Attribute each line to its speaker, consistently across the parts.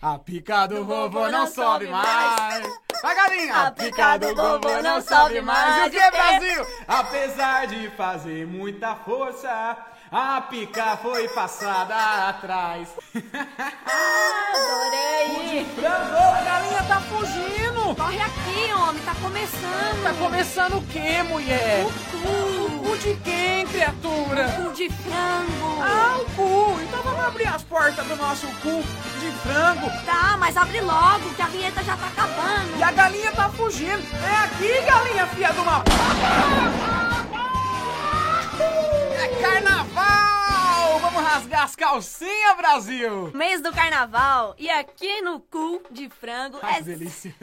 Speaker 1: A pica do vovô não sobe mais. Vai, galinha!
Speaker 2: A pica do vovô não sobe mais.
Speaker 1: E o que, Brasil? Apesar de fazer muita força, a pica foi passada atrás.
Speaker 2: Adorei!
Speaker 1: Frango, a galinha tá fugindo!
Speaker 2: Corre aqui, homem, tá começando.
Speaker 1: Tá começando o quê, mulher?
Speaker 2: O
Speaker 1: O de quem, criatura?
Speaker 2: cu, o cu de frango.
Speaker 1: Ah, o cu! Então vamos abrir as portas do nosso cu de frango.
Speaker 2: Tá, mas abre logo, que a vinheta já tá acabando.
Speaker 1: E a galinha tá fugindo. É aqui, galinha fia de uma... É carnaval! Vamos rasgar as calcinhas, Brasil!
Speaker 2: Mês do carnaval e aqui no cu de frango
Speaker 1: Ai,
Speaker 2: é
Speaker 1: que delícia.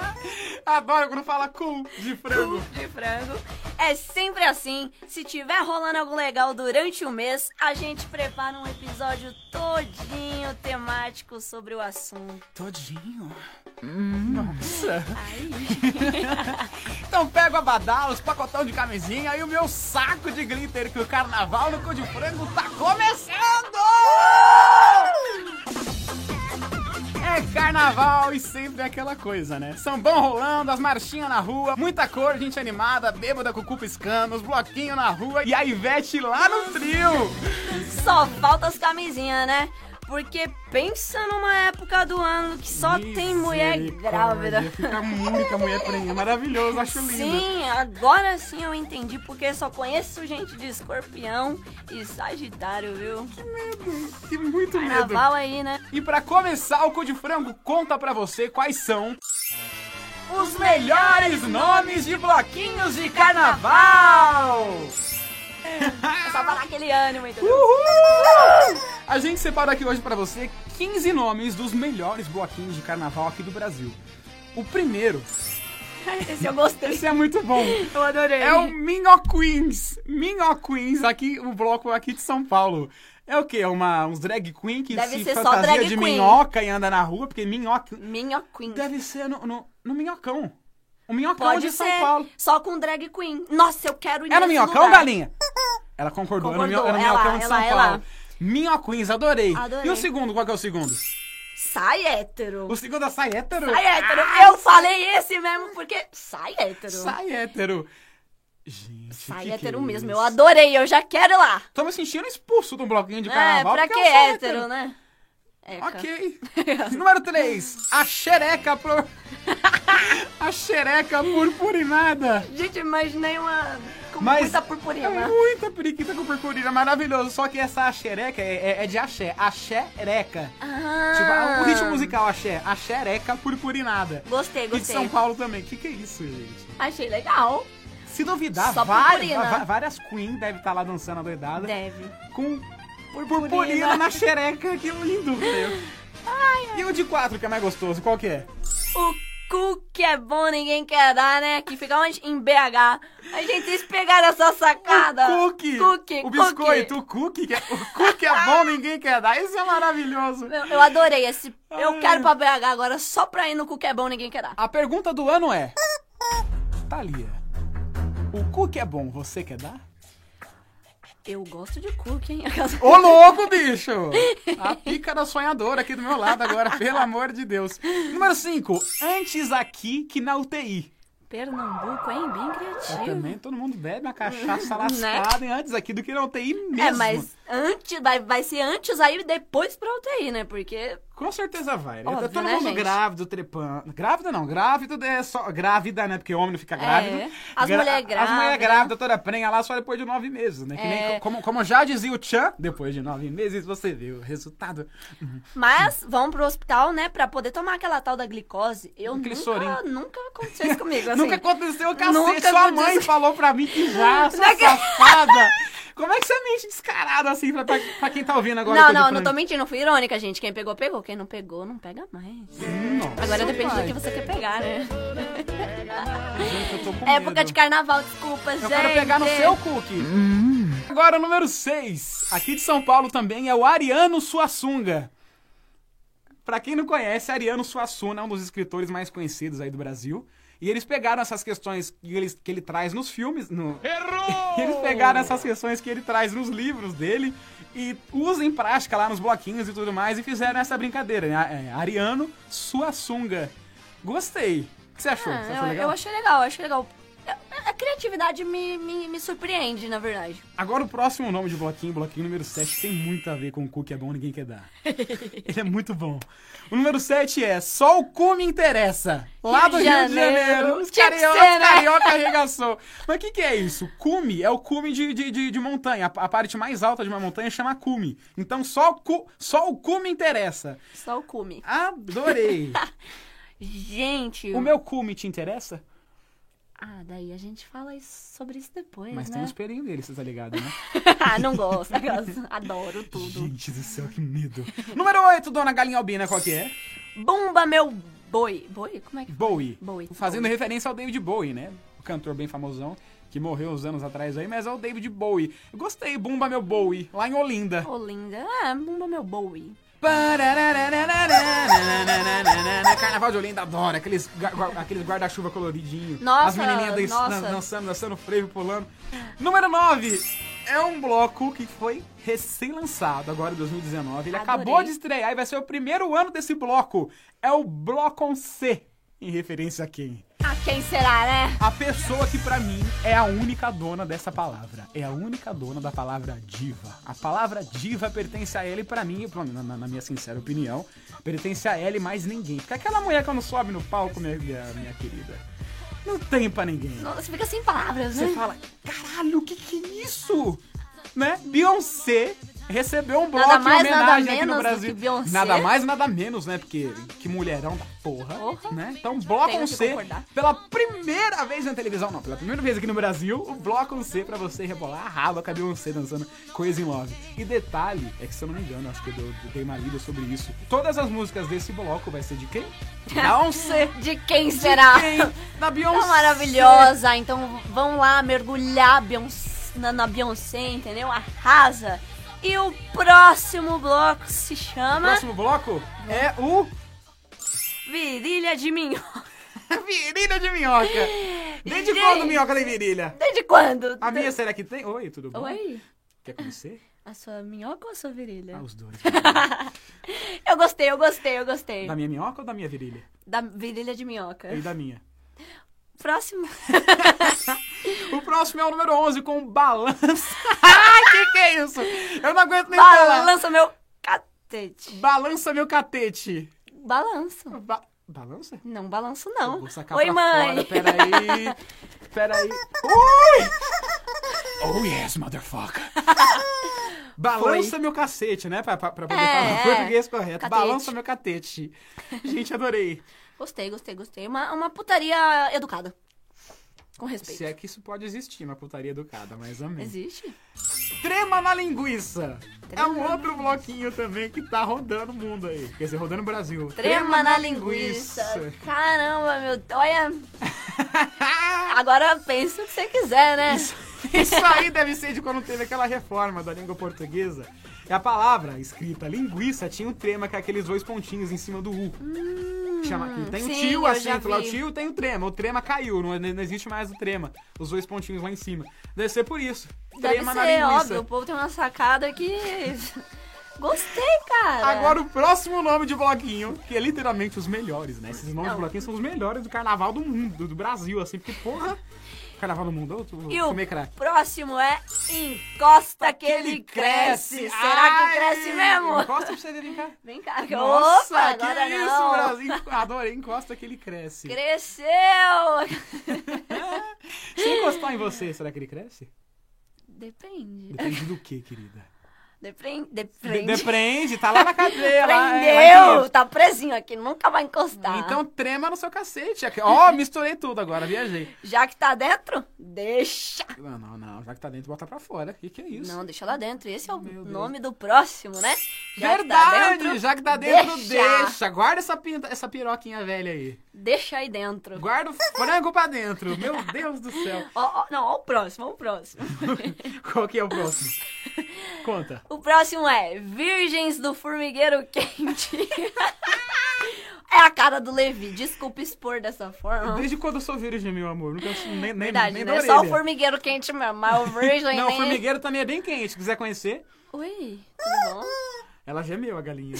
Speaker 1: Adoro quando fala cu de frango.
Speaker 2: cu de frango. É sempre assim. Se tiver rolando algo legal durante o mês, a gente prepara um episódio todinho temático sobre o assunto.
Speaker 1: Todinho. Nossa.
Speaker 2: Aí.
Speaker 1: Então pego a badala, os pacotão de camisinha e o meu saco de glitter que o carnaval no cu de frango tá começando! É carnaval e sempre é aquela coisa, né? Sambão rolando, as marchinhas na rua, muita cor, gente animada, bêbada com o cu piscando, os bloquinhos na rua e a Ivete lá no trio!
Speaker 2: Só falta as camisinhas, né? Porque pensa numa época do ano que só tem mulher
Speaker 1: Misericórdia,
Speaker 2: grávida.
Speaker 1: Fica muita mulher prenha, maravilhoso, acho lindo.
Speaker 2: Sim, agora sim eu entendi porque só conheço gente de escorpião e sagitário, viu?
Speaker 1: Que muito medo.
Speaker 2: Carnaval aí, né?
Speaker 1: E pra começar, o Cu de Frango conta pra você quais são os melhores nomes de bloquinhos de carnaval!
Speaker 2: É só falar aquele ânimo, entendeu?
Speaker 1: Uhul! A gente separa aqui hoje pra você 15 nomes dos melhores bloquinhos de carnaval aqui do Brasil. O primeiro, Uh!
Speaker 2: Esse eu gostei.
Speaker 1: esse é muito bom.
Speaker 2: Eu adorei.
Speaker 1: É o Minho Queens. Minho Queens, aqui, o bloco aqui de São Paulo. É o quê? É Uma, uns drag queen que
Speaker 2: Deve
Speaker 1: se
Speaker 2: ser só
Speaker 1: fantasia
Speaker 2: drag
Speaker 1: de
Speaker 2: queen.
Speaker 1: minhoca e anda na rua, porque minhoca,
Speaker 2: Minha Queen.
Speaker 1: Deve ser no, no, no Minhocão. O Minhocão
Speaker 2: Pode
Speaker 1: de São
Speaker 2: ser.
Speaker 1: Paulo.
Speaker 2: Só com drag queen. Nossa, eu quero ir
Speaker 1: É no
Speaker 2: nesse
Speaker 1: Minhocão,
Speaker 2: lugar.
Speaker 1: galinha? Ela concordou. Era no Minho- era no
Speaker 2: Concordou.
Speaker 1: Minhocão
Speaker 2: Ela,
Speaker 1: de São
Speaker 2: ela,
Speaker 1: Paulo.
Speaker 2: ela.
Speaker 1: Minhoquins, adorei.
Speaker 2: Adorei.
Speaker 1: E o segundo, qual que é o segundo?
Speaker 2: Sai hétero.
Speaker 1: O segundo é Sai Hétero?
Speaker 2: Sai hétero.
Speaker 1: Ah,
Speaker 2: eu falei esse mesmo porque. Sai hétero.
Speaker 1: Sai Hétero. Gente,
Speaker 2: Sai
Speaker 1: que
Speaker 2: hétero
Speaker 1: que é
Speaker 2: mesmo.
Speaker 1: isso?
Speaker 2: Eu adorei, eu já quero ir lá.
Speaker 1: Tô me sentindo expulso de um bloquinho de
Speaker 2: é,
Speaker 1: carnaval.
Speaker 2: pra que
Speaker 1: porque eu sou
Speaker 2: hétero, né? Eca.
Speaker 1: Ok. Número 3. A xereca pro... A xereca purpurinada.
Speaker 2: Gente, imaginei uma. Com
Speaker 1: Mas-
Speaker 2: muita purpurina.
Speaker 1: É muita periquita com purpurina, maravilhoso. Só que essa xereca é, é- é de axé. Axereca.
Speaker 2: Ah.
Speaker 1: Tipo, é um ritmo musical axé. Axereca purpurinada.
Speaker 2: Gostei,
Speaker 1: E de
Speaker 2: gostei.
Speaker 1: São Paulo também. Que que é isso, gente?
Speaker 2: Achei legal.
Speaker 1: Se duvidar,
Speaker 2: Só
Speaker 1: várias,
Speaker 2: purpurina.
Speaker 1: va- várias queen devem estar lá dançando a doidada
Speaker 2: Deve.
Speaker 1: com purpurina na xereca. Que lindo, meu. E o de quatro que é mais gostoso, qual que é?
Speaker 2: O cu que é bom, ninguém quer dar, né? Que fica onde? Em BH. A gente vocês pegaram essa sacada.
Speaker 1: Cookie!
Speaker 2: Cookie,
Speaker 1: o
Speaker 2: cookie.
Speaker 1: biscoito, o cookie. que é- o cookie é bom, ninguém quer dar. Isso é maravilhoso.
Speaker 2: Meu, eu adorei esse. Eu
Speaker 1: Ai.
Speaker 2: quero pra BH agora só pra ir no cu que é bom, ninguém quer dar.
Speaker 1: A pergunta do ano é: Thalia, o cu que é bom, você quer dar?
Speaker 2: Eu gosto de cookie, hein?
Speaker 1: Ô louco, bicho! A pícara sonhadora aqui do meu lado agora, pelo amor de Deus. Número 5. Antes aqui que na UTI.
Speaker 2: Pernambuco, hein? Bem
Speaker 1: Eu
Speaker 2: criativo.
Speaker 1: É também todo mundo bebe uma cachaça lascada e antes aqui do que na UTI mesmo.
Speaker 2: Né? É, mas antes, vai, vai ser antes aí e depois pra UTI, né? Porque
Speaker 1: Com certeza vai, né? tá
Speaker 2: Óbvio,
Speaker 1: todo
Speaker 2: né,
Speaker 1: mundo
Speaker 2: gente?
Speaker 1: grávido, trepando. Grávida não, grávido é só. Grávida, né? Porque homem não fica
Speaker 2: É.
Speaker 1: grávido.
Speaker 2: As mulher é
Speaker 1: As mulheres
Speaker 2: grávida.
Speaker 1: grávidas, toda prenha lá só depois de nove meses, né? Que
Speaker 2: É.
Speaker 1: nem, como, como já dizia o Tchan, depois de nove meses você vê o resultado.
Speaker 2: Mas vão pro hospital, né, pra poder tomar aquela tal da glicose. Eu
Speaker 1: Aquele
Speaker 2: nunca,
Speaker 1: sorinho.
Speaker 2: nunca aconteceu isso comigo, assim.
Speaker 1: nunca aconteceu, cacete.
Speaker 2: nunca
Speaker 1: Sua
Speaker 2: aconteceu.
Speaker 1: mãe falou pra mim que já,
Speaker 2: Não é
Speaker 1: sua
Speaker 2: que-
Speaker 1: safada. Como é que você mente descarado assim pra, pra, pra quem tá ouvindo agora?
Speaker 2: Não,
Speaker 1: que eu
Speaker 2: não,
Speaker 1: tô
Speaker 2: não
Speaker 1: falando?
Speaker 2: tô mentindo, fui irônica, gente. Quem pegou, pegou. Quem não pegou, não pega mais.
Speaker 1: Nossa,
Speaker 2: Agora depende
Speaker 1: pai.
Speaker 2: do que você quer pegar, né?
Speaker 1: Gente, eu tô com
Speaker 2: É Época
Speaker 1: medo.
Speaker 2: de carnaval, desculpa, gente.
Speaker 1: Eu quero pegar no seu cookie. Agora, o número 6. Aqui de São Paulo também é o Ariano Suassuna. Pra quem não conhece, Ariano Suassuna é um dos escritores mais conhecidos aí do Brasil. E eles pegaram essas questões que ele, que ele traz nos filmes. No...
Speaker 3: Errou!
Speaker 1: E eles pegaram essas questões que ele traz nos livros dele e usam em prática lá nos bloquinhos e tudo mais e fizeram essa brincadeira, né? É, Ariano, sua sunga. Gostei. O que você achou? você achou
Speaker 2: Ah, eu,
Speaker 1: legal?
Speaker 2: eu achei legal, eu achei legal. Eu- A criatividade me, me, me surpreende, na verdade.
Speaker 1: Agora o próximo nome de bloquinho, bloquinho número 7, tem muito a ver com o cu que é bom ninguém quer dar. Ele é muito bom. O número 7 é Só o cu me interessa. Lá
Speaker 2: Rio
Speaker 1: do Rio
Speaker 2: de
Speaker 1: de
Speaker 2: Janeiro.
Speaker 1: Janeiro. Os
Speaker 2: Tinha que
Speaker 1: carioca,
Speaker 2: ser, né?
Speaker 1: carioca arregaçou. Mas o que, que é isso? Cume é o cume de, de, de, de montanha. A, a parte mais alta de uma montanha chama cume. Então só o cu, só o cu me interessa.
Speaker 2: Só o cume.
Speaker 1: Adorei.
Speaker 2: Gente.
Speaker 1: o meu cume te interessa?
Speaker 2: Ah, daí a gente fala isso- sobre isso depois,
Speaker 1: Mas tem
Speaker 2: né?
Speaker 1: uns perinhos dele, você tá ligado, né?
Speaker 2: ah, não gosto, não gosto. Adoro tudo.
Speaker 1: Gente do céu, que medo. número 8, dona Galinha Albina, qual que é?
Speaker 2: Bumba meu boi. Boi? Como é que
Speaker 1: Bowie.
Speaker 2: Bowie.
Speaker 1: Fazendo
Speaker 2: Bowie.
Speaker 1: referência ao David Bowie, né? O cantor bem famosão, que morreu uns anos atrás aí, mas é o David Bowie. Eu gostei, Bumba Meu Bowie, lá em Olinda.
Speaker 2: Olinda. Ah, bumba meu boi.
Speaker 1: Carnaval de Olinda adora, aqueles, gua- gua- aqueles guarda-chuva coloridinho.
Speaker 2: Nossa,
Speaker 1: as menininhas dan-
Speaker 2: nossa.
Speaker 1: dan- dançando, dançando freio, pulando. Número 9. É um bloco que foi recém-lançado agora em 2019. Ele
Speaker 2: Adorei.
Speaker 1: acabou de estrear e vai ser o primeiro ano desse bloco. É o Bloco C. Em referência a quem?
Speaker 2: Ah, quem será, né?
Speaker 1: A pessoa que pra mim é a única dona dessa palavra. É a única dona da palavra diva. A palavra diva pertence a ela e pra mim, pelo menos na, na minha sincera opinião, pertence a ela e mais ninguém. Porque aquela mulher que não sobe no palco, minha, minha, minha querida, não tem pra ninguém.
Speaker 2: Nossa, Você fica sem palavras, né?
Speaker 1: Você fala, caralho, o que que é isso? Né? Beyoncé recebeu um bloco
Speaker 2: Nada mais,
Speaker 1: em
Speaker 2: nada
Speaker 1: homenagem aqui
Speaker 2: menos
Speaker 1: no
Speaker 2: do
Speaker 1: Brasil.
Speaker 2: que Beyoncé.
Speaker 1: Nada mais, nada menos, né? Porque que mulherão da porra,
Speaker 2: Porra.
Speaker 1: né? Então, Bloco
Speaker 2: Tenho que
Speaker 1: C,
Speaker 2: concordar.
Speaker 1: pela primeira vez na televisão, não, pela primeira vez aqui no Brasil, o Bloco um C pra você rebolar a raba com a Beyoncé dançando Coisa in Love. E detalhe, é que se eu não me engano, acho que eu dei- eu dei uma lida sobre isso. Todas as músicas desse bloco vai ser de quem? Beyoncé!
Speaker 2: De quem será?
Speaker 1: Quem? Da Beyoncé!
Speaker 2: Tão maravilhosa. Então vão lá mergulhar Beyoncé- na, na Beyoncé, entendeu? Arrasa. E o próximo bloco se chama
Speaker 1: Próximo bloco é o
Speaker 2: Virilha de Minhoca.
Speaker 1: Virilha de minhoca. Desde
Speaker 2: Gente.
Speaker 1: quando minhoca tem virilha?
Speaker 2: Desde quando?
Speaker 1: A minha será que tem? Oi, tudo bom?
Speaker 2: Oi?
Speaker 1: Quer conhecer?
Speaker 2: A sua minhoca ou a sua virilha?
Speaker 1: Ah, os dois.
Speaker 2: Eu gostei, eu gostei, eu gostei.
Speaker 1: Da minha minhoca ou da minha virilha?
Speaker 2: Da É. virilha de minhoca.
Speaker 1: E da minha.
Speaker 2: Próximo.
Speaker 1: O próximo é o número 11 com balança. Ai, que que é isso? Eu não aguento nem falar.
Speaker 2: Balança meu catete.
Speaker 1: Balança meu catete.
Speaker 2: Balanço.
Speaker 1: Ba- balança?
Speaker 2: Não, balanço
Speaker 1: Eu
Speaker 2: não.
Speaker 1: Vou sacar
Speaker 2: Oi,
Speaker 1: pra
Speaker 2: mãe.
Speaker 1: fora. Peraí. Peraí. Ui! Oh yes, motherfucker. Balança meu cacete, né? Pra, pra, pra poder
Speaker 2: É,
Speaker 1: falar
Speaker 2: é.
Speaker 1: o português correto.
Speaker 2: Catete.
Speaker 1: Balança meu catete. Gente, adorei.
Speaker 2: Gostei, gostei, gostei. Uma, uma putaria educada. Com respeito.
Speaker 1: Se é que isso pode existir, uma putaria educada, mas amém.
Speaker 2: Existe?
Speaker 1: Trema na linguiça. é
Speaker 2: Trema
Speaker 1: um outro bloquinho também que tá rodando o mundo aí. Quer dizer, rodando o Brasil.
Speaker 2: Trema na linguiça. Caramba, meu. Olha. Agora pensa o que você quiser, né?
Speaker 1: Isso aí deve ser de quando teve aquela reforma da língua portuguesa. E a palavra escrita linguiça tinha um trema, que é aqueles dois pontinhos em cima do U. Que Chama, que tem o
Speaker 2: Hum, sim,
Speaker 1: tio,
Speaker 2: eu já
Speaker 1: acento lá, o
Speaker 2: vi.
Speaker 1: tio tem o trema. O trema caiu, não, não existe mais o trema. Os dois pontinhos lá em cima. Deve ser por isso.
Speaker 2: Deve
Speaker 1: trema na
Speaker 2: ser,
Speaker 1: linguiça.
Speaker 2: óbvio. O povo tem uma sacada que. Gostei, cara.
Speaker 1: Agora o próximo nome de bloquinho, que é literalmente os melhores, né? Esses nomes
Speaker 2: Não.
Speaker 1: de bloquinho são os melhores do carnaval do mundo, do Brasil, assim, porque, porra, carnaval do mundo, eu tô
Speaker 2: E o
Speaker 1: comer crack.
Speaker 2: próximo é Encosta que ele cresce. Será que
Speaker 1: Ai,
Speaker 2: cresce mesmo?
Speaker 1: Encosta pra você ver, vem cá.
Speaker 2: Vem cá.
Speaker 1: Nossa,
Speaker 2: Opa,
Speaker 1: que é
Speaker 2: agora
Speaker 1: isso,
Speaker 2: não.
Speaker 1: Brasil. Adorei, encosta que ele cresce.
Speaker 2: Cresceu!
Speaker 1: Se eu encostar em você, será que ele cresce?
Speaker 2: Depende.
Speaker 1: Depende do que, querida?
Speaker 2: Depende.
Speaker 1: De-
Speaker 2: Depende.
Speaker 1: Depende, tá lá na cadeia. lá, é, lá em
Speaker 2: Prendeu!
Speaker 1: Pinheiros.
Speaker 2: Tá presinho aqui, nunca vai encostar.
Speaker 1: Então trema no seu cacete. Ó, misturei tudo agora, viajei.
Speaker 2: Já que tá dentro, deixa!
Speaker 1: Não, não, não. Já que tá dentro, bota pra fora. O que, que é isso?
Speaker 2: Não, deixa lá dentro. Esse é o
Speaker 1: Meu Deus.
Speaker 2: nome do próximo, né? Já que tá
Speaker 1: Verdade!
Speaker 2: dentro,
Speaker 1: já que tá dentro,
Speaker 2: deixa.
Speaker 1: deixa. Guarda essa, pinta, essa piroquinha velha aí.
Speaker 2: Deixa aí dentro.
Speaker 1: Guarda o frango pra dentro. Meu Deus do céu.
Speaker 2: Ó, ó, não, ó o próximo, ó o próximo.
Speaker 1: Qual que é o próximo? Conta.
Speaker 2: o próximo é Virgens do Formigueiro Quente. é a cara do Levi. Desculpa expor dessa forma.
Speaker 1: Desde quando eu sou virgem, meu amor? Nunca nem, nem,
Speaker 2: Ah. Verdade,
Speaker 1: nem da
Speaker 2: né? Só né? o
Speaker 1: orelha.
Speaker 2: formigueiro quente mesmo, mas o Virgem
Speaker 1: Não, o
Speaker 2: nem...
Speaker 1: formigueiro também é bem quente. Se quiser conhecer,
Speaker 2: Ui, tudo bom?
Speaker 1: ela gemeu, a galinha.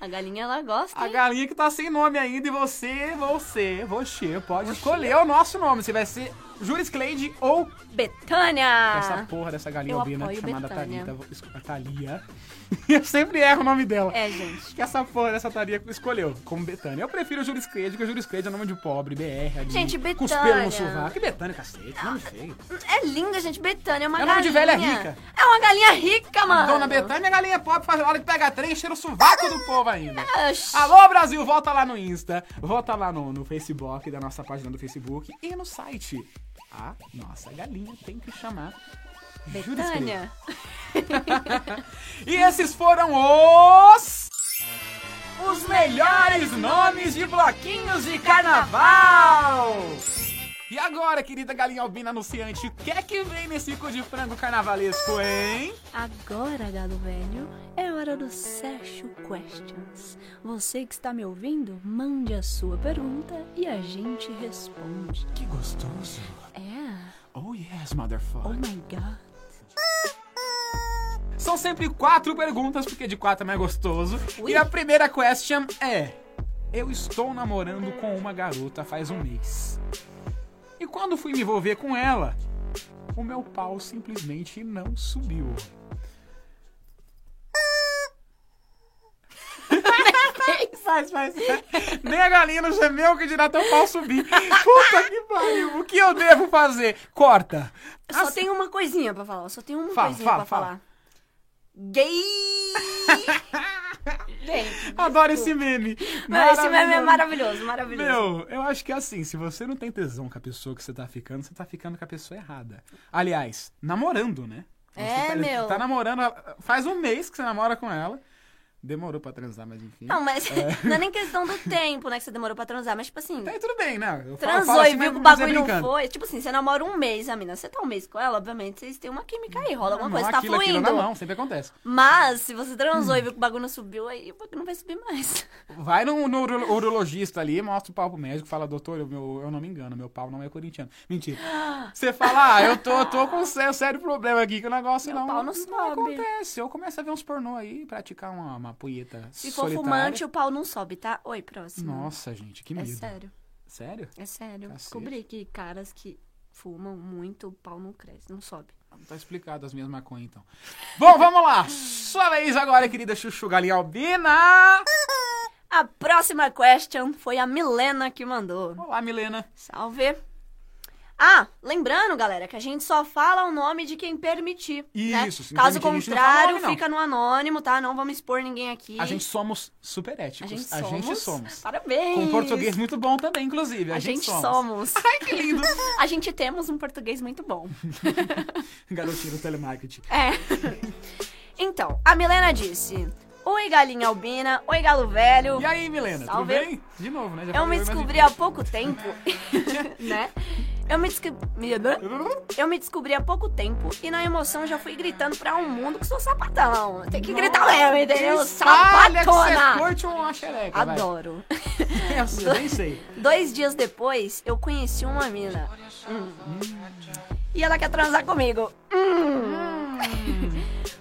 Speaker 2: A galinha, ela gosta,
Speaker 1: A
Speaker 2: hein?
Speaker 1: galinha que tá sem nome ainda. E você, você, você pode escolher o nosso nome. Se vai ser Juris Cleide ou essa
Speaker 2: Betânia!
Speaker 1: porra dessa galinha
Speaker 2: Ah. eu
Speaker 1: albina é
Speaker 2: apoio
Speaker 1: chamada
Speaker 2: Betânia.
Speaker 1: Thalita. Esco- Thalia. Eu sempre erro o nome dela.
Speaker 2: É, gente.
Speaker 1: Que essa porra dessa Thalia escolheu como Betânia. Eu prefiro Juris Cleide, porque Juris Cleide é nome de pobre, BR. Ali,
Speaker 2: Gente, Betânia.
Speaker 1: Cuspelo no sovaco. Que Betânia, cacete, nome feio.
Speaker 2: É linda, gente. Betânia é uma
Speaker 1: É nome de
Speaker 2: galinha.
Speaker 1: velha rica.
Speaker 2: É uma galinha rica, mano.
Speaker 1: Dona Betânia, galinha pobre, faz hora que pega trem, cheira o sovaco do povo ainda.
Speaker 2: Oxi.
Speaker 1: Alô Brasil, volta lá no Insta, volta lá no, no Facebook, da nossa página do Facebook e no site. A nossa galinha tem que chamar. Júlia
Speaker 2: Betânia.
Speaker 1: Escrita. E esses foram os. Os melhores nomes de bloquinhos de carnaval! E agora, querida galinha albina anunciante, o que é que vem nesse cu de frango carnavalesco, hein?
Speaker 2: Agora, galo velho, é hora do Sérgio Questions. Você que está me ouvindo, mande a sua pergunta e a gente responde.
Speaker 1: Que gostoso!
Speaker 2: É.
Speaker 1: Oh yes, motherfucker!
Speaker 2: Oh my god.
Speaker 1: São sempre quatro perguntas, porque de quatro é mais gostoso.
Speaker 2: Ui.
Speaker 1: E a primeira question é: Eu estou namorando com uma garota faz um mês. E quando fui me envolver com ela, o meu pau simplesmente não subiu. faz, faz. Nem a galinha no gemeu que dirá teu pau subir. Puta que pariu. O que eu devo fazer? Corta.
Speaker 2: Eu só tenho uma coisinha pra falar. eu Só tenho uma
Speaker 1: Ah, Fala,
Speaker 2: coisinha
Speaker 1: fala,
Speaker 2: pra
Speaker 1: fala.
Speaker 2: falar. Gay! gente,
Speaker 1: Adoro esse meme.
Speaker 2: mas esse meme é
Speaker 1: Maravilhoso.
Speaker 2: maravilhoso, maravilhoso.
Speaker 1: Meu, eu acho que é assim, se você não tem tesão com a pessoa que você tá ficando, você tá ficando com a pessoa errada. Aliás, namorando, né?
Speaker 2: É,
Speaker 1: tá,
Speaker 2: meu.
Speaker 1: Tá namorando, ela- faz um mês que você namora com ela. Demorou pra transar, mas enfim.
Speaker 2: Não, mas não é nem questão do tempo, né, que você demorou pra transar, mas tipo assim,
Speaker 1: Tá, e tudo bem, né? Eu falo-
Speaker 2: transou
Speaker 1: falo assim,
Speaker 2: e
Speaker 1: mas-
Speaker 2: viu que o
Speaker 1: mas é
Speaker 2: bagulho não
Speaker 1: brincando.
Speaker 2: foi. Tipo assim, você namora um mês, a mina, você tá um mês com ela, obviamente, vocês têm uma química aí, rola alguma
Speaker 1: Ah, Não,
Speaker 2: coisa, tá
Speaker 1: aquilo, aquilo
Speaker 2: fluindo.
Speaker 1: na mão, Hum. sempre acontece.
Speaker 2: Mas, se você transou e viu que o bagulho não subiu, aí o bagulho não vai subir mais.
Speaker 1: Vai no, no uro- urologista ali, mostra o pau pro médico, fala, doutor, eu, meu- eu não me engano, meu pau não é corintiano. Mentira. Você fala, ah, eu tô, tô com um sé- sério problema aqui, que o negócio
Speaker 2: Meu
Speaker 1: não,
Speaker 2: pau não sobe.
Speaker 1: acontece. Eu começo a ver uns pornô aí, praticar uma, uma punheta
Speaker 2: Se for
Speaker 1: solitária.
Speaker 2: fumante, o pau não sobe, tá? Oi, próximo.
Speaker 1: Nossa, gente, que
Speaker 2: é
Speaker 1: medo.
Speaker 2: sério.
Speaker 1: Sério?
Speaker 2: É sério.
Speaker 1: Cacete.
Speaker 2: Descobri que caras que fumam muito, o pau não cresce, não sobe.
Speaker 1: Não tá explicado as minhas maconhas, então. Bom, vamos lá. Sua vez agora, querida Chuchu Galinha Albina.
Speaker 2: A próxima question foi a Milena que mandou.
Speaker 1: Olá, Milena.
Speaker 2: Salve! Ah, lembrando, galera, que a gente só fala o nome de quem permitir. né?
Speaker 1: Isso, se não
Speaker 2: Caso
Speaker 1: permitir, a gente não fala o
Speaker 2: contrário,
Speaker 1: nome, não.
Speaker 2: fica no anônimo, tá? Não vamos expor ninguém aqui.
Speaker 1: A gente somos super
Speaker 2: A
Speaker 1: éticos.
Speaker 2: gente
Speaker 1: A
Speaker 2: somos.
Speaker 1: gente somos.
Speaker 2: Parabéns!
Speaker 1: Com português muito bom também, inclusive. A,
Speaker 2: A gente
Speaker 1: somos.
Speaker 2: somos.
Speaker 1: Ai, que lindo.
Speaker 2: A gente temos um português muito bom.
Speaker 1: Garotinho do telemarketing.
Speaker 2: É. Então, a Milena disse: Oi, galinha albina, oi, galo velho.
Speaker 1: E aí, Milena,
Speaker 2: Salve.
Speaker 1: tudo bem? De novo, né? Já
Speaker 2: Eu me
Speaker 1: falei, mas
Speaker 2: descobri há
Speaker 1: enfim.
Speaker 2: pouco tempo, né? Eu me descobri. Eu me descobri há pouco tempo e na emoção já fui gritando pra um mundo que sou sapatão. Tem que gritar mesmo, entendeu?
Speaker 1: Olha que você
Speaker 2: Sapatona!
Speaker 1: curte uma xereca, vai.
Speaker 2: Adoro.
Speaker 1: Eu sei, nem sei.
Speaker 2: Dois dias depois, eu conheci uma mina. Hum. E ela quer transar comigo. Hum.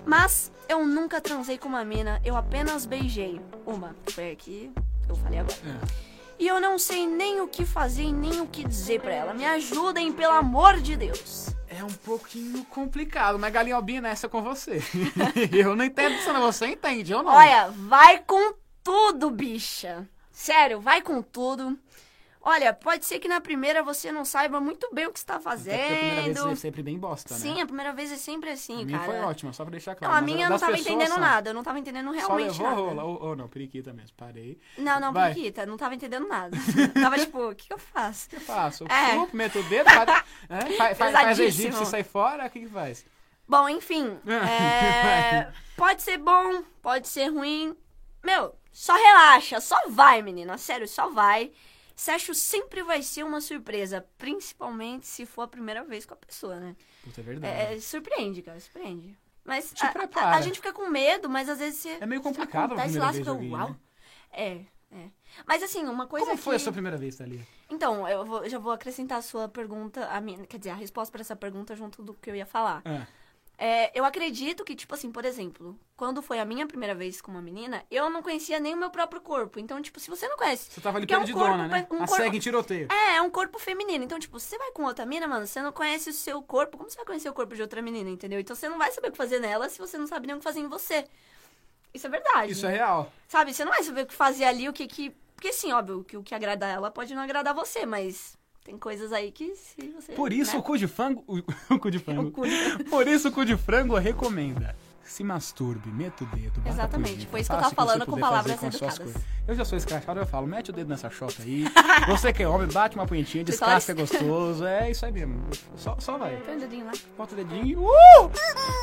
Speaker 2: Mas eu nunca transei com uma mina, eu apenas beijei. Uma. Foi aqui que eu falei agora.
Speaker 1: É.
Speaker 2: E eu não sei nem o que fazer e nem o que dizer pra ela. Me ajudem, pelo amor de Deus.
Speaker 1: É um pouquinho complicado, mas Galinha Albina, essa é com você. eu não entendo isso, não. Você entende, eu não. É
Speaker 2: Olha, vai com tudo, bicha. Sério, vai com tudo. Olha, pode ser que na primeira você não saiba muito bem o que está
Speaker 1: Até porque a primeira vez
Speaker 2: fazendo.
Speaker 1: é sempre bem bosta, né?
Speaker 2: Sim, a primeira vez é sempre
Speaker 1: a
Speaker 2: assim,
Speaker 1: minha
Speaker 2: cara.
Speaker 1: foi ótima, só pra deixar
Speaker 2: Não,
Speaker 1: claro.
Speaker 2: a
Speaker 1: Mas
Speaker 2: minha eu não
Speaker 1: das
Speaker 2: tava
Speaker 1: pessoas
Speaker 2: entendendo
Speaker 1: são-
Speaker 2: nada, eu não tava entendendo realmente
Speaker 1: Só levou
Speaker 2: nada.
Speaker 1: rola, ou, ou não, periquita mesmo, parei.
Speaker 2: Não, não,
Speaker 1: Vai.
Speaker 2: Brigitta, não tava entendendo nada. tava tipo, o que que eu faço?
Speaker 1: O que eu faço? Eu
Speaker 2: É.
Speaker 1: chupo, meto o dedo, faz, é, faz, faz, faz
Speaker 2: Pesadíssimo.
Speaker 1: egípcio e sai fora, o que que faz?
Speaker 2: Bom, enfim. é, Pode ser bom, pode ser ruim. Meu, só relaxa, só vai, menina. Sério, só vai. Sérgio sempre vai ser uma surpresa, principalmente se for a primeira vez com a pessoa, né?
Speaker 1: Puta, é verdade.
Speaker 2: É, é, surpreende, cara, surpreende. Mas
Speaker 1: Te
Speaker 2: a, a-
Speaker 1: prepara.
Speaker 2: a gente fica com medo, mas às vezes você.
Speaker 1: É meio complicado a
Speaker 2: acontece
Speaker 1: primeira
Speaker 2: lá,
Speaker 1: vez
Speaker 2: você
Speaker 1: de alguém,
Speaker 2: fica, uau.
Speaker 1: né?
Speaker 2: É. É. Mas assim, uma coisa
Speaker 1: Como
Speaker 2: que...
Speaker 1: foi a sua primeira vez, Thalia?
Speaker 2: Então, eu vou- já vou acrescentar a sua pergunta, a minha, quer dizer, a resposta pra essa pergunta junto do que eu ia falar.
Speaker 1: Ah,
Speaker 2: É, eu acredito que, tipo assim, por exemplo, quando foi a minha primeira vez com uma menina, eu não conhecia nem o meu próprio corpo. Então, tipo, se você não conhece.
Speaker 1: você tava ali
Speaker 2: que é um
Speaker 1: perdidona, né?
Speaker 2: corpo pe- um
Speaker 1: a
Speaker 2: corpo-
Speaker 1: segue em tiroteio.
Speaker 2: É, é um corpo feminino. Então, tipo, você vai com outra mina, mano, você não conhece o seu corpo. Como você vai conhecer o corpo de outra menina, entendeu? Então você não vai saber o que fazer nela se você não sabe nem o que fazer em você. Isso é verdade.
Speaker 1: Isso é real.
Speaker 2: Sabe, você não vai saber o que fazer ali, o que que. Porque sim, óbvio, que o que agrada ela pode não agradar você, mas tem coisas aí que se você.
Speaker 1: Por isso
Speaker 2: né?
Speaker 1: o cu de frango. O, o cu de frango.
Speaker 2: O cu de-
Speaker 1: Por isso o cu de frango é recomenda. Se masturbe, meta o dedo. bata a
Speaker 2: Exatamente,
Speaker 1: punheta,
Speaker 2: foi isso que eu
Speaker 1: faça o
Speaker 2: tava
Speaker 1: você
Speaker 2: falando com
Speaker 1: puder
Speaker 2: palavras
Speaker 1: fazer as suas
Speaker 2: educadas.
Speaker 1: coisas. Eu já sou escrachado, eu falo, mete o dedo nessa choca aí. Você que é homem, bate uma punhetinha,
Speaker 2: Você fala
Speaker 1: descasca gostoso. É isso aí mesmo. Só, só vai.
Speaker 2: Põe o dedinho lá.
Speaker 1: Bota o dedinho e. Uh!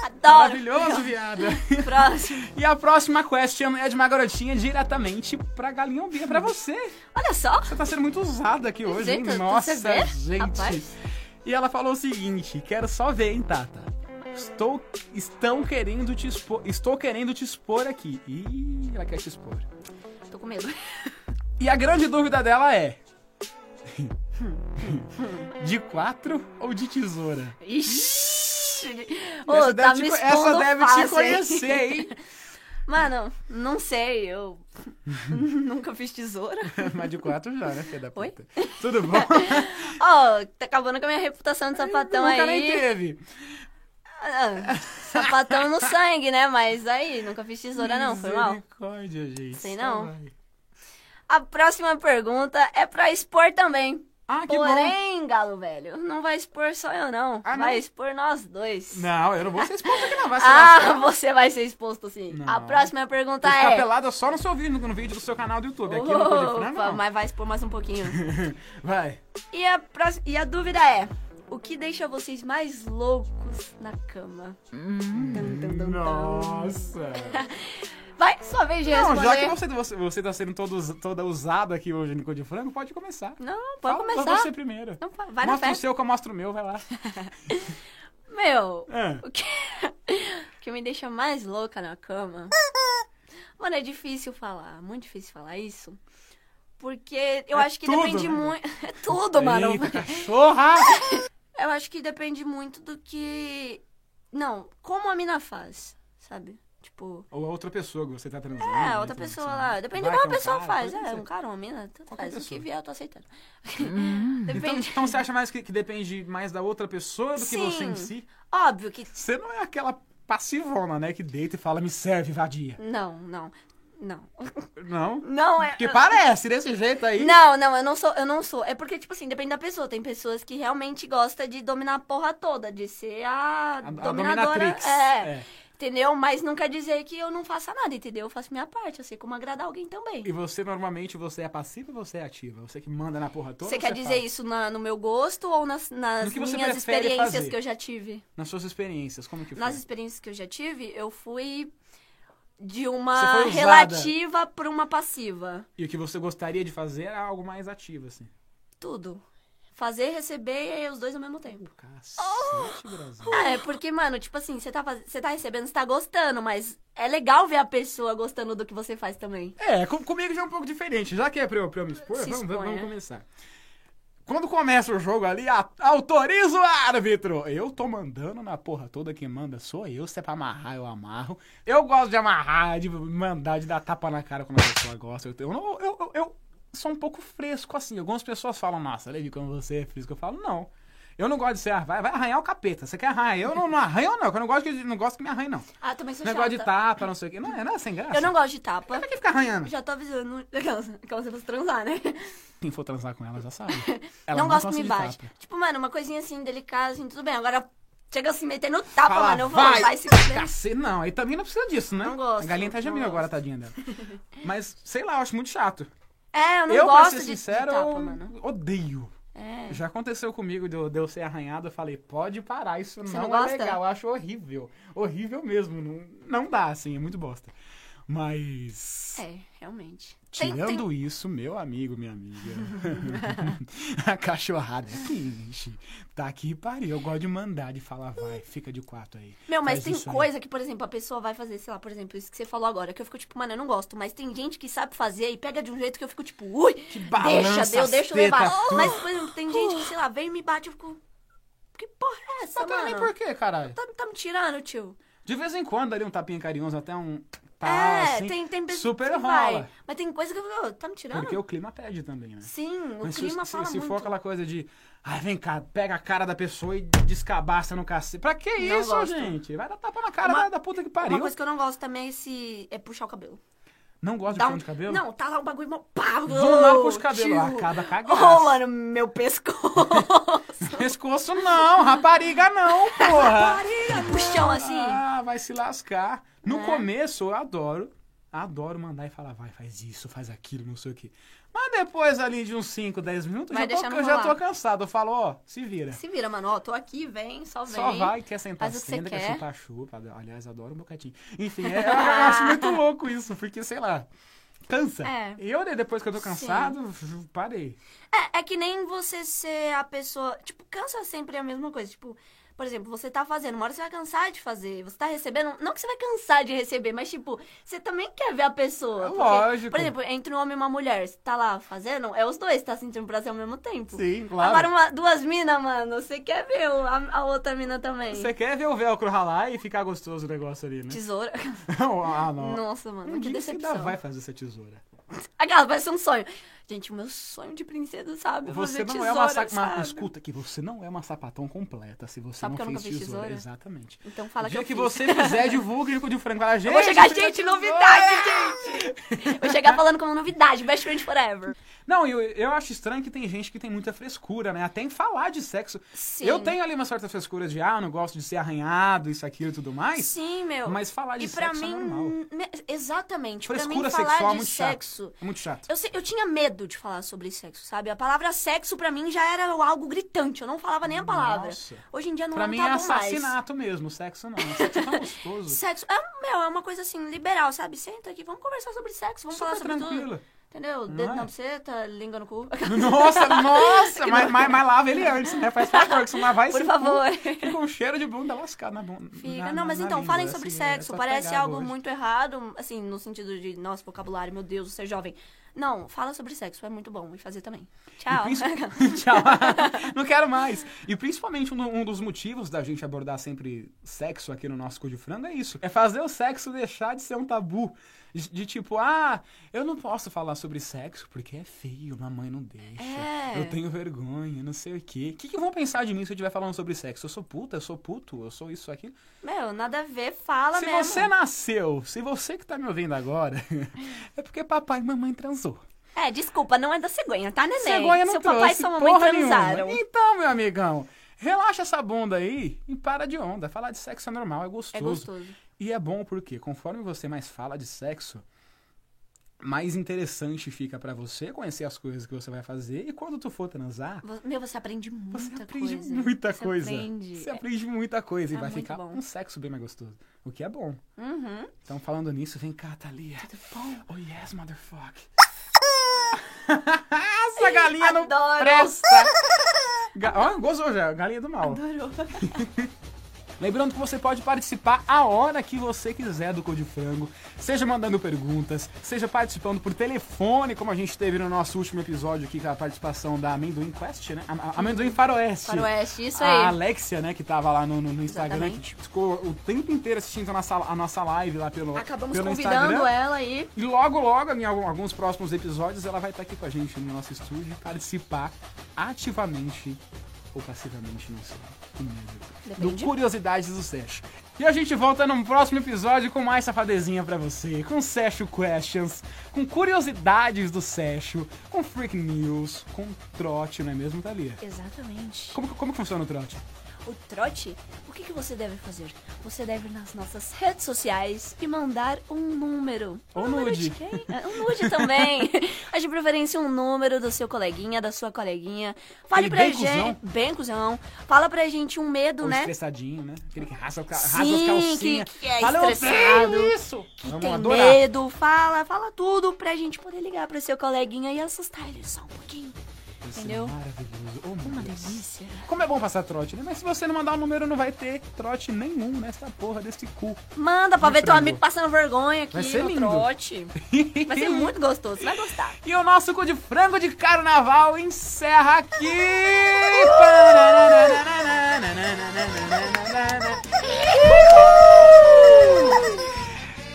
Speaker 2: Adoro!
Speaker 1: Maravilhoso, viado.
Speaker 2: Próximo.
Speaker 1: E a próxima question é de uma garotinha diretamente pra Galinha Ombia, pra você.
Speaker 2: Olha só!
Speaker 1: Você tá sendo muito usada aqui hoje, hein?
Speaker 2: Gente, você
Speaker 1: Nossa,
Speaker 2: vê?
Speaker 1: gente.
Speaker 2: Rapaz.
Speaker 1: E ela falou o seguinte: quero só ver, hein, Tata. Estou, estão querendo te expor, estou querendo te expor aqui. Ih, ela quer te expor.
Speaker 2: Tô com medo.
Speaker 1: E a grande dúvida dela é: de quatro ou de tesoura?
Speaker 2: Ixi! Ô,
Speaker 1: essa
Speaker 2: tá
Speaker 1: deve,
Speaker 2: me
Speaker 1: te,
Speaker 2: expondo
Speaker 1: essa deve
Speaker 2: fácil, hein?
Speaker 1: te conhecer, hein?
Speaker 2: Mano, não sei, eu nunca fiz tesoura.
Speaker 1: Mas de quatro já, né, filha da
Speaker 2: Oi?
Speaker 1: puta? Tudo bom?
Speaker 2: Ó, tá acabando com a minha reputação de sapatão
Speaker 1: Nunca
Speaker 2: Então aí.
Speaker 1: nem teve.
Speaker 2: Ah, sapatão no sangue, né? Mas aí, nunca fiz tesoura não, foi mal.
Speaker 1: Misericórdia, gente. Tá
Speaker 2: Sei
Speaker 1: só
Speaker 2: não.
Speaker 1: vai.
Speaker 2: A próxima pergunta é pra expor também.
Speaker 1: Ah, que bom.
Speaker 2: Porém, galo velho, não vai expor só eu não,
Speaker 1: Ah, não?
Speaker 2: vai expor nós dois.
Speaker 1: Não, eu não vou ser exposta aqui não, vai ser
Speaker 2: Ah, você vai ser exposto sim.
Speaker 1: Não.
Speaker 2: A próxima pergunta
Speaker 1: Vou ficar
Speaker 2: é...
Speaker 1: pelada só no seu vídeo, no vídeo do seu canal do YouTube. Aqui eu não pode
Speaker 2: Opa,
Speaker 1: não. não.
Speaker 2: mas vai expor mais um pouquinho.
Speaker 1: Vai.
Speaker 2: E a, pró- e a dúvida é: o que deixa vocês mais loucos na cama?
Speaker 1: Hum,
Speaker 2: Tum, tum, tum, tum.
Speaker 1: Nossa.
Speaker 2: Vai, sua vez de
Speaker 1: Não,
Speaker 2: responder.
Speaker 1: já que você, você, você tá sendo todo, toda usada aqui hoje no Cor de Frango, pode começar.
Speaker 2: Não, pode
Speaker 1: Fala-
Speaker 2: começar.
Speaker 1: Fala você primeiro.
Speaker 2: Não, fa- vai na
Speaker 1: Mostra
Speaker 2: fé.
Speaker 1: o seu que eu mostro o meu, vai lá.
Speaker 2: Meu,
Speaker 1: Ah,
Speaker 2: o que... o que me deixa mais louca na cama? Mano, é difícil falar, muito difícil falar isso. Porque eu
Speaker 1: É
Speaker 2: acho que
Speaker 1: tudo,
Speaker 2: depende
Speaker 1: né?
Speaker 2: muito. É tudo, mano.
Speaker 1: Eita, cachorra!
Speaker 2: Eu acho que depende muito do que. Não, como a mina faz, sabe? Tipo.
Speaker 1: Ou a outra pessoa que você tá transando.
Speaker 2: É,
Speaker 1: né,
Speaker 2: outra
Speaker 1: também,
Speaker 2: pessoa
Speaker 1: assim.
Speaker 2: lá. Depende
Speaker 1: Vai
Speaker 2: de como a
Speaker 1: que é um
Speaker 2: pessoa
Speaker 1: cara,
Speaker 2: faz.
Speaker 1: pode
Speaker 2: É,
Speaker 1: ser.
Speaker 2: um cara, uma mina, tanto
Speaker 1: Qualquer
Speaker 2: faz. O que
Speaker 1: pessoa.
Speaker 2: vier, eu tô aceitando.
Speaker 1: Então,
Speaker 2: Depende.
Speaker 1: então você acha mais que, que depende mais da outra pessoa do que você em
Speaker 2: Sim.
Speaker 1: si?
Speaker 2: Óbvio que.
Speaker 1: Você não é aquela passivona, né? Que deita e fala, me serve, vadia.
Speaker 2: Não, não. Não.
Speaker 1: Não.
Speaker 2: Não, é.
Speaker 1: Porque parece, desse jeito aí.
Speaker 2: Não, não, eu não sou, eu não sou. É porque, tipo assim, depende da pessoa. Tem pessoas que realmente gostam de dominar a porra toda, de ser a,
Speaker 1: A, a
Speaker 2: dominadora.
Speaker 1: dominatrix.
Speaker 2: É,
Speaker 1: É.
Speaker 2: Entendeu? Mas não quer dizer que eu não faça nada, entendeu? Eu faço minha parte, eu sei como agradar alguém também.
Speaker 1: E você, normalmente, você é passiva ou você é ativa? Você que manda na porra toda?
Speaker 2: Você
Speaker 1: ou
Speaker 2: quer dizer
Speaker 1: faz?
Speaker 2: isso na- no meu gosto ou nas, nas
Speaker 1: No que você
Speaker 2: minhas
Speaker 1: prefere
Speaker 2: experiências
Speaker 1: fazer?
Speaker 2: que eu já tive?
Speaker 1: Nas suas experiências, como que foi?
Speaker 2: nas experiências que eu já tive, eu fui de uma
Speaker 1: Você foi usada.
Speaker 2: relativa pra uma passiva.
Speaker 1: E o que você gostaria de fazer é algo mais ativo, assim.
Speaker 2: Tudo. Fazer, receber e os dois ao mesmo tempo.
Speaker 1: Cacete, Brasil.
Speaker 2: É, porque, mano, tipo assim, você tá, faz- você tá recebendo, você tá gostando, mas é legal ver a pessoa gostando do que você faz também.
Speaker 1: É, com- comigo já é um pouco diferente. Já que é pra eu, pra eu me expor,
Speaker 2: Se
Speaker 1: vamos, vamos-
Speaker 2: exponha.
Speaker 1: vamos começar. Quando começa o jogo ali, a- autoriza o árbitro! Eu tô mandando na porra toda, quem manda sou eu. Se é pra amarrar, eu amarro. Eu gosto de amarrar, de mandar, de dar tapa na cara quando a pessoa gosta. Eu, eu, não- eu- eu- eu sou um pouco fresco assim. Algumas pessoas falam, nossa, Levi, quando você é fresco, eu falo, não. Eu não gosto de ser, ah, vai, vai arranhar o capeta. Você quer arranhar? Eu não, não arranho, não. que Eu não gosto que, não gosto que me arranhe, não.
Speaker 2: Ah, também sou
Speaker 1: Negócio de
Speaker 2: chata.
Speaker 1: tapa, não sei o quê. Não, é não é sem graça.
Speaker 2: Eu não gosto de tapa.
Speaker 1: Pra que ficar arranhando?
Speaker 2: Já tô avisando. É Aquelas aquelas que você fosse transar, né?
Speaker 1: Quem for transar com ela já sabe. Ela
Speaker 2: não gosto que me
Speaker 1: de
Speaker 2: bate.
Speaker 1: tapa.
Speaker 2: Tipo, mano, uma coisinha assim, delicada, assim, tudo bem. Agora chega a se meter no tapa,
Speaker 1: Fala,
Speaker 2: mano. Eu vou, vai se fuder.
Speaker 1: tá? Cacete, não, aí também não precisa disso, né?
Speaker 2: Não gosto,
Speaker 1: A galinha tá
Speaker 2: não
Speaker 1: gemendo agora,
Speaker 2: gosto.
Speaker 1: tadinha dela. Mas, sei lá, eu acho muito chato.
Speaker 2: É, eu não
Speaker 1: eu, pra
Speaker 2: gosto
Speaker 1: ser
Speaker 2: de,
Speaker 1: sincero,
Speaker 2: de tapa,
Speaker 1: eu
Speaker 2: mano.
Speaker 1: odeio.
Speaker 2: É.
Speaker 1: Já aconteceu comigo de eu, de eu ser arranhado, eu falei, pode parar, isso
Speaker 2: Você
Speaker 1: não,
Speaker 2: não
Speaker 1: é
Speaker 2: gosta?
Speaker 1: legal, eu acho horrível. Horrível mesmo, não, não dá, assim, é muito bosta. Mas...
Speaker 2: É, realmente. Tem- tem-
Speaker 1: Tirando isso, meu amigo, minha amiga. a cachorrada é quente. Tá aqui e pariu. Eu gosto de mandar, de falar, vai, fica de quatro aí.
Speaker 2: Meu, mas
Speaker 1: Faz
Speaker 2: tem
Speaker 1: isso né? aí.
Speaker 2: coisa que, por exemplo, a pessoa vai fazer, sei lá, por exemplo, isso que você falou agora, que eu fico tipo, mano, eu não gosto. Mas tem gente que sabe fazer e pega de um jeito que eu fico tipo, ui,
Speaker 1: balança
Speaker 2: deixa, deu,
Speaker 1: as
Speaker 2: deixa eu
Speaker 1: tetas,
Speaker 2: levar. Oh,
Speaker 1: tu.
Speaker 2: Mas, por exemplo, tem gente que, sei lá, vem e me bate, eu fico, que porra é essa,
Speaker 1: Tá nem
Speaker 2: mano?
Speaker 1: por quê, caralho?
Speaker 2: Tá, tá me tirando, tio.
Speaker 1: De vez em quando ali um tapinha carinhoso, até um. Tá,
Speaker 2: é,
Speaker 1: assim,
Speaker 2: tem, tem pessoa
Speaker 1: Super
Speaker 2: que vai.
Speaker 1: rola.
Speaker 2: Mas tem coisa que eu fico, "Ô, tá me tirando?
Speaker 1: Porque o clima pede também, né?
Speaker 2: Sim, o
Speaker 1: Mas se-
Speaker 2: clima
Speaker 1: se,
Speaker 2: fala
Speaker 1: se
Speaker 2: muito.
Speaker 1: for aquela coisa de, ai, vem cá, pega a cara da pessoa e descabaça no cacete. Pra que
Speaker 2: Não
Speaker 1: isso,
Speaker 2: gosto.
Speaker 1: gente? Vai dar tapa na cara
Speaker 2: Uma-
Speaker 1: da, da puta que
Speaker 2: Uma
Speaker 1: pariu.
Speaker 2: coisa que eu não gosto também é, esse, é puxar o cabelo.
Speaker 1: Não gosta de
Speaker 2: Dá
Speaker 1: pão
Speaker 2: um...
Speaker 1: de cabelo?
Speaker 2: Não, tá lá um bagulho mó pá.
Speaker 1: Do nada puxa o cabelo,
Speaker 2: tio.
Speaker 1: acaba
Speaker 2: Ô,
Speaker 1: cagaço.
Speaker 2: mano, meu pescoço.
Speaker 1: Pescoço não, rapariga não, porra.
Speaker 2: pro chão assim.
Speaker 1: Ah, vai se lascar. No
Speaker 2: É.
Speaker 1: começo eu adoro. Adoro mandar e falar, vai, faz isso, faz aquilo, não sei o quê. Mas depois ali de uns 5, 10 minutos,
Speaker 2: Vai
Speaker 1: eu já tô,
Speaker 2: deixando
Speaker 1: eu já tô
Speaker 2: rolar.
Speaker 1: cansado. Eu falo, ó, se vira.
Speaker 2: Se vira, mano. Ó, tô aqui, vem, só vem.
Speaker 1: Só vai, quer sentar,
Speaker 2: faz o que você
Speaker 1: senta, quer,
Speaker 2: quer.
Speaker 1: chupar, chupa. Aliás, adoro um bocatinho. Enfim, é, eu acho muito louco isso, porque, sei lá, cansa.
Speaker 2: É.
Speaker 1: Eu, né, depois que eu tô
Speaker 2: Sim.
Speaker 1: cansado, ju- parei.
Speaker 2: É, é que nem você ser a pessoa. Tipo, cansa sempre a mesma coisa. Tipo, por exemplo, você tá fazendo, uma hora você vai cansar de fazer. Você tá recebendo. Não que você vai cansar de receber, mas tipo, você também quer ver a pessoa.
Speaker 1: É
Speaker 2: porque,
Speaker 1: lógico.
Speaker 2: Por exemplo, entre um homem e uma mulher, você tá lá fazendo, é os dois, tá sentindo prazer ao mesmo tempo.
Speaker 1: Sim, claro.
Speaker 2: Agora, uma- duas minas, mano, você quer ver o- a, a outra mina também.
Speaker 1: Você quer ver o velcro ralar e ficar gostoso o negócio ali, né?
Speaker 2: Tesoura.
Speaker 1: ah, não.
Speaker 2: Nossa, mano,
Speaker 1: um
Speaker 2: que
Speaker 1: dia você ainda
Speaker 2: decepção.
Speaker 1: vai fazer essa tesoura.
Speaker 2: Aquela vai ser um sonho. Gente, o meu sonho de princesa, sabe? Eu vou
Speaker 1: Você
Speaker 2: fazer
Speaker 1: não
Speaker 2: tesoura,
Speaker 1: é uma, sa- uma-
Speaker 2: sabe?
Speaker 1: Escuta aqui, você não é uma sapatão completa se você
Speaker 2: Sabe
Speaker 1: não
Speaker 2: que eu
Speaker 1: fez
Speaker 2: nunca fiz
Speaker 1: tesoura.
Speaker 2: tesoura?
Speaker 1: Exatamente.
Speaker 2: Então fala
Speaker 1: o dia
Speaker 2: que,
Speaker 1: que,
Speaker 2: eu fiz.
Speaker 1: você fizer, divulgue o de frango. Fala, gente,
Speaker 2: Eu vou chegar,
Speaker 1: fiz a
Speaker 2: gente, tá
Speaker 1: tesoura!"
Speaker 2: novidade, gente! Vou chegar falando como novidade, best friend forever.
Speaker 1: Não, eu, eu acho estranho que tem gente que tem muita frescura, né? Até em falar de sexo.
Speaker 2: Sim.
Speaker 1: Eu tenho ali uma certa frescura de, ah, não gosto de ser arranhado, isso, aquilo e tudo mais.
Speaker 2: Sim, meu.
Speaker 1: Mas falar de
Speaker 2: e pra
Speaker 1: sexo
Speaker 2: mim,
Speaker 1: é normal.
Speaker 2: me- exatamente, pra
Speaker 1: Frescura
Speaker 2: mim falar
Speaker 1: sexual é
Speaker 2: de
Speaker 1: muito
Speaker 2: sexo.
Speaker 1: chato. É muito chato.
Speaker 2: Eu, sei- eu tinha medo de falar sobre sexo, sabe? A palavra sexo pra mim já era algo gritante, eu não falava nem a palavra.
Speaker 1: Nossa.
Speaker 2: Hoje em dia não
Speaker 1: pra
Speaker 2: é um
Speaker 1: mim é
Speaker 2: tabu mais.
Speaker 1: assassinato mesmo, sexo não. Sexo é tão gostoso.
Speaker 2: Sexo, é, meu, é uma coisa assim, liberal, sabe? Senta aqui, vamos conversar sobre sexo, vamos falar
Speaker 1: Super
Speaker 2: sobre tudo.
Speaker 1: tranquilo.
Speaker 2: Entendeu? Dedo
Speaker 1: é?
Speaker 2: na buceta, língua no cu.
Speaker 1: Nossa, nossa, mas, mas, mas lava ele antes, né? Faz favor, que se não lavar esse cu,
Speaker 2: Por favor.
Speaker 1: Fica um cheiro de bunda lascado na bunda.
Speaker 2: Fica.
Speaker 1: na-
Speaker 2: não, mas
Speaker 1: na
Speaker 2: então,
Speaker 1: língua,
Speaker 2: falem sobre
Speaker 1: assim, é
Speaker 2: sexo.
Speaker 1: só
Speaker 2: Parece
Speaker 1: pegar
Speaker 2: algo
Speaker 1: hoje.
Speaker 2: muito errado, assim, no sentido de, nossa, vocabulário, meu Deus, você é jovem. Não, fala sobre sexo, é muito bom. E fazer também. Tchau.
Speaker 1: E princi- Tchau. Não quero mais. E principalmente um, do- um dos motivos da gente abordar sempre sexo aqui no nosso cu de frango é isso. É fazer o sexo deixar de ser um tabu. De, de tipo, ah, eu não posso falar sobre sexo porque é feio, mamãe não deixa.
Speaker 2: É.
Speaker 1: Eu tenho vergonha, não sei o quê. O que, que vão pensar de mim se eu estiver falando sobre sexo? Eu sou puta, eu sou puto, eu sou isso, aquilo.
Speaker 2: meu, nada a ver, fala
Speaker 1: se
Speaker 2: mesmo.
Speaker 1: você nasceu, se você que tá me ouvindo agora, é porque papai e mamãe transou.
Speaker 2: É, desculpa, não é da cegonha, tá, neném?
Speaker 1: Cegonha não
Speaker 2: Seu papai e
Speaker 1: trouxe
Speaker 2: sua mamãe
Speaker 1: porra
Speaker 2: transaram.
Speaker 1: nenhuma. Então, meu amigão, relaxa essa bunda aí e para de onda. Falar de sexo é normal, é gostoso.
Speaker 2: É gostoso.
Speaker 1: E é bom porque conforme você mais fala de sexo, mais interessante fica pra você conhecer as coisas que você vai fazer e quando tu for transar,
Speaker 2: Vo- Meu, você aprende muita
Speaker 1: você
Speaker 2: coisa.
Speaker 1: aprende muita
Speaker 2: Você
Speaker 1: coisa.
Speaker 2: aprende.
Speaker 1: Você aprende muita coisa
Speaker 2: É
Speaker 1: e vai
Speaker 2: muito
Speaker 1: ficar
Speaker 2: bom.
Speaker 1: um sexo bem mais gostoso, o que é bom.
Speaker 2: Uhum.
Speaker 1: Então, falando nisso, vem cá, Thalia.
Speaker 2: Tudo bom?
Speaker 1: Oh yes, motherfucker. Essa galinha não
Speaker 2: Adoro.
Speaker 1: presta. Ga ó, gozou já, galinha do mal.
Speaker 2: Adorou.
Speaker 1: Lembrando que você pode participar a hora que você quiser do Code Frango, seja mandando perguntas, seja participando por telefone, como a gente teve no nosso último episódio aqui com a participação da Amendoim Quest, né? A, a- Amendoim Faroeste.
Speaker 2: Faroeste, isso
Speaker 1: A
Speaker 2: aí.
Speaker 1: Alexia, né, que tava lá no, no- no Instagram, que
Speaker 2: Exatamente.
Speaker 1: tipo, ficou o tempo inteiro assistindo a nossa, a nossa live lá pelo
Speaker 2: Acabamos
Speaker 1: pelo
Speaker 2: convidando
Speaker 1: Instagram.
Speaker 2: ela aí.
Speaker 1: E logo, logo, em algum- alguns próximos episódios, ela vai estar aqui com a gente no nosso estúdio participar ativamente ou passivamente, não sei, comigo.
Speaker 2: Depende.
Speaker 1: Do Curiosidades do Sesh. E a gente volta num próximo episódio com mais safadezinha pra você, com Sesh Questions, com curiosidades do Sesh, com Freak News, com trote, não é mesmo, Thalia?
Speaker 2: Exatamente.
Speaker 1: Como, que- como que funciona o trote?
Speaker 2: O trote, o que, que você deve fazer? Você deve ir nas nossas redes sociais e mandar um número.
Speaker 1: Ou
Speaker 2: um número
Speaker 1: nude.
Speaker 2: de quem? É, Um nude também. Mas de preferência um número do seu coleguinha, da sua coleguinha. Fale
Speaker 1: Aquele
Speaker 2: pra
Speaker 1: bem cuzão.
Speaker 2: gente. Bem cuzão. Fala pra gente um medo,
Speaker 1: Ou
Speaker 2: né?
Speaker 1: estressadinho, né? Aquele que raça o, ca...
Speaker 2: Sim,
Speaker 1: raça
Speaker 3: rasga as
Speaker 2: Sim,
Speaker 3: calcinhas.
Speaker 2: que- que é
Speaker 3: Fala, eu
Speaker 2: estressado.
Speaker 1: é
Speaker 3: odeio isso.
Speaker 2: Que
Speaker 3: Vamos
Speaker 2: tem
Speaker 3: adorar.
Speaker 2: medo, fala, fala tudo pra gente poder ligar pro seu coleguinha e assustar ele só um pouquinho.
Speaker 1: Isso é
Speaker 2: Entendeu?
Speaker 1: Maravilhoso. Oh, meu
Speaker 2: Uma
Speaker 1: Deus.
Speaker 2: delícia.
Speaker 1: Como é bom passar trote, né? Mas se você não mandar o número, não vai ter trote nenhum nessa porra desse cu.
Speaker 2: Manda pra
Speaker 1: Me
Speaker 2: ver teu
Speaker 1: prendeu.
Speaker 2: amigo passando vergonha aqui
Speaker 1: Vai ser
Speaker 2: no
Speaker 1: lindo.
Speaker 2: trote. Vai ser muito gostoso, você vai gostar.
Speaker 1: E o nosso cu de frango de carnaval encerra aqui!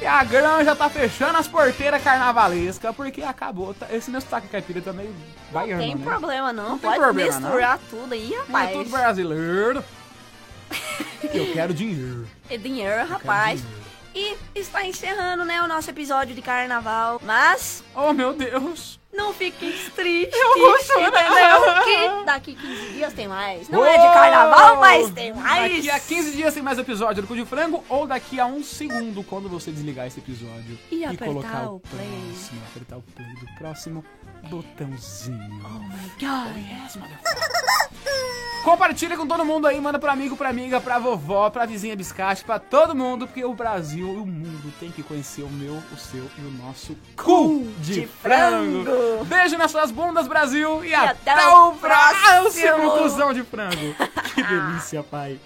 Speaker 1: E a granja tá fechando as porteiras carnavalescas, porque acabou. Tá- Esse meu sotaque caipira também vai
Speaker 2: Não tem problema não,
Speaker 1: Não tem
Speaker 2: pode
Speaker 1: problema,
Speaker 2: misturar tudo aí,
Speaker 1: É
Speaker 2: rapaz.
Speaker 1: tudo brasileiro. Eu quero dinheiro.
Speaker 2: É dinheiro, rapaz. E está encerrando, né, o nosso episódio de carnaval. Mas
Speaker 1: Oh, meu Deus.
Speaker 2: não fiquem tristes,
Speaker 1: Eu vou chorar.
Speaker 2: entendeu? Que daqui 15 dias tem mais. Não é de carnaval,
Speaker 1: Uou!
Speaker 2: mas tem mais.
Speaker 1: Daqui a 15 dias tem mais episódio do Cu de Frango ou daqui a um segundo quando você desligar esse episódio
Speaker 2: E apertar
Speaker 1: colocar
Speaker 2: o play. É.
Speaker 1: próximo, apertar o play do próximo botãozinho.
Speaker 2: Oh my god.
Speaker 1: Compartilha com todo mundo aí, manda pra amigo, pra amiga, pra vovó, pra vizinha biscate, pra todo mundo, porque o Brasil e o mundo tem que conhecer o meu, o seu e o nosso cu de,
Speaker 2: de
Speaker 1: frango.
Speaker 2: frango.
Speaker 1: Beijo nas suas bundas, Brasil, e,
Speaker 2: até o próximo.
Speaker 1: cuzão de frango. que delícia, pai.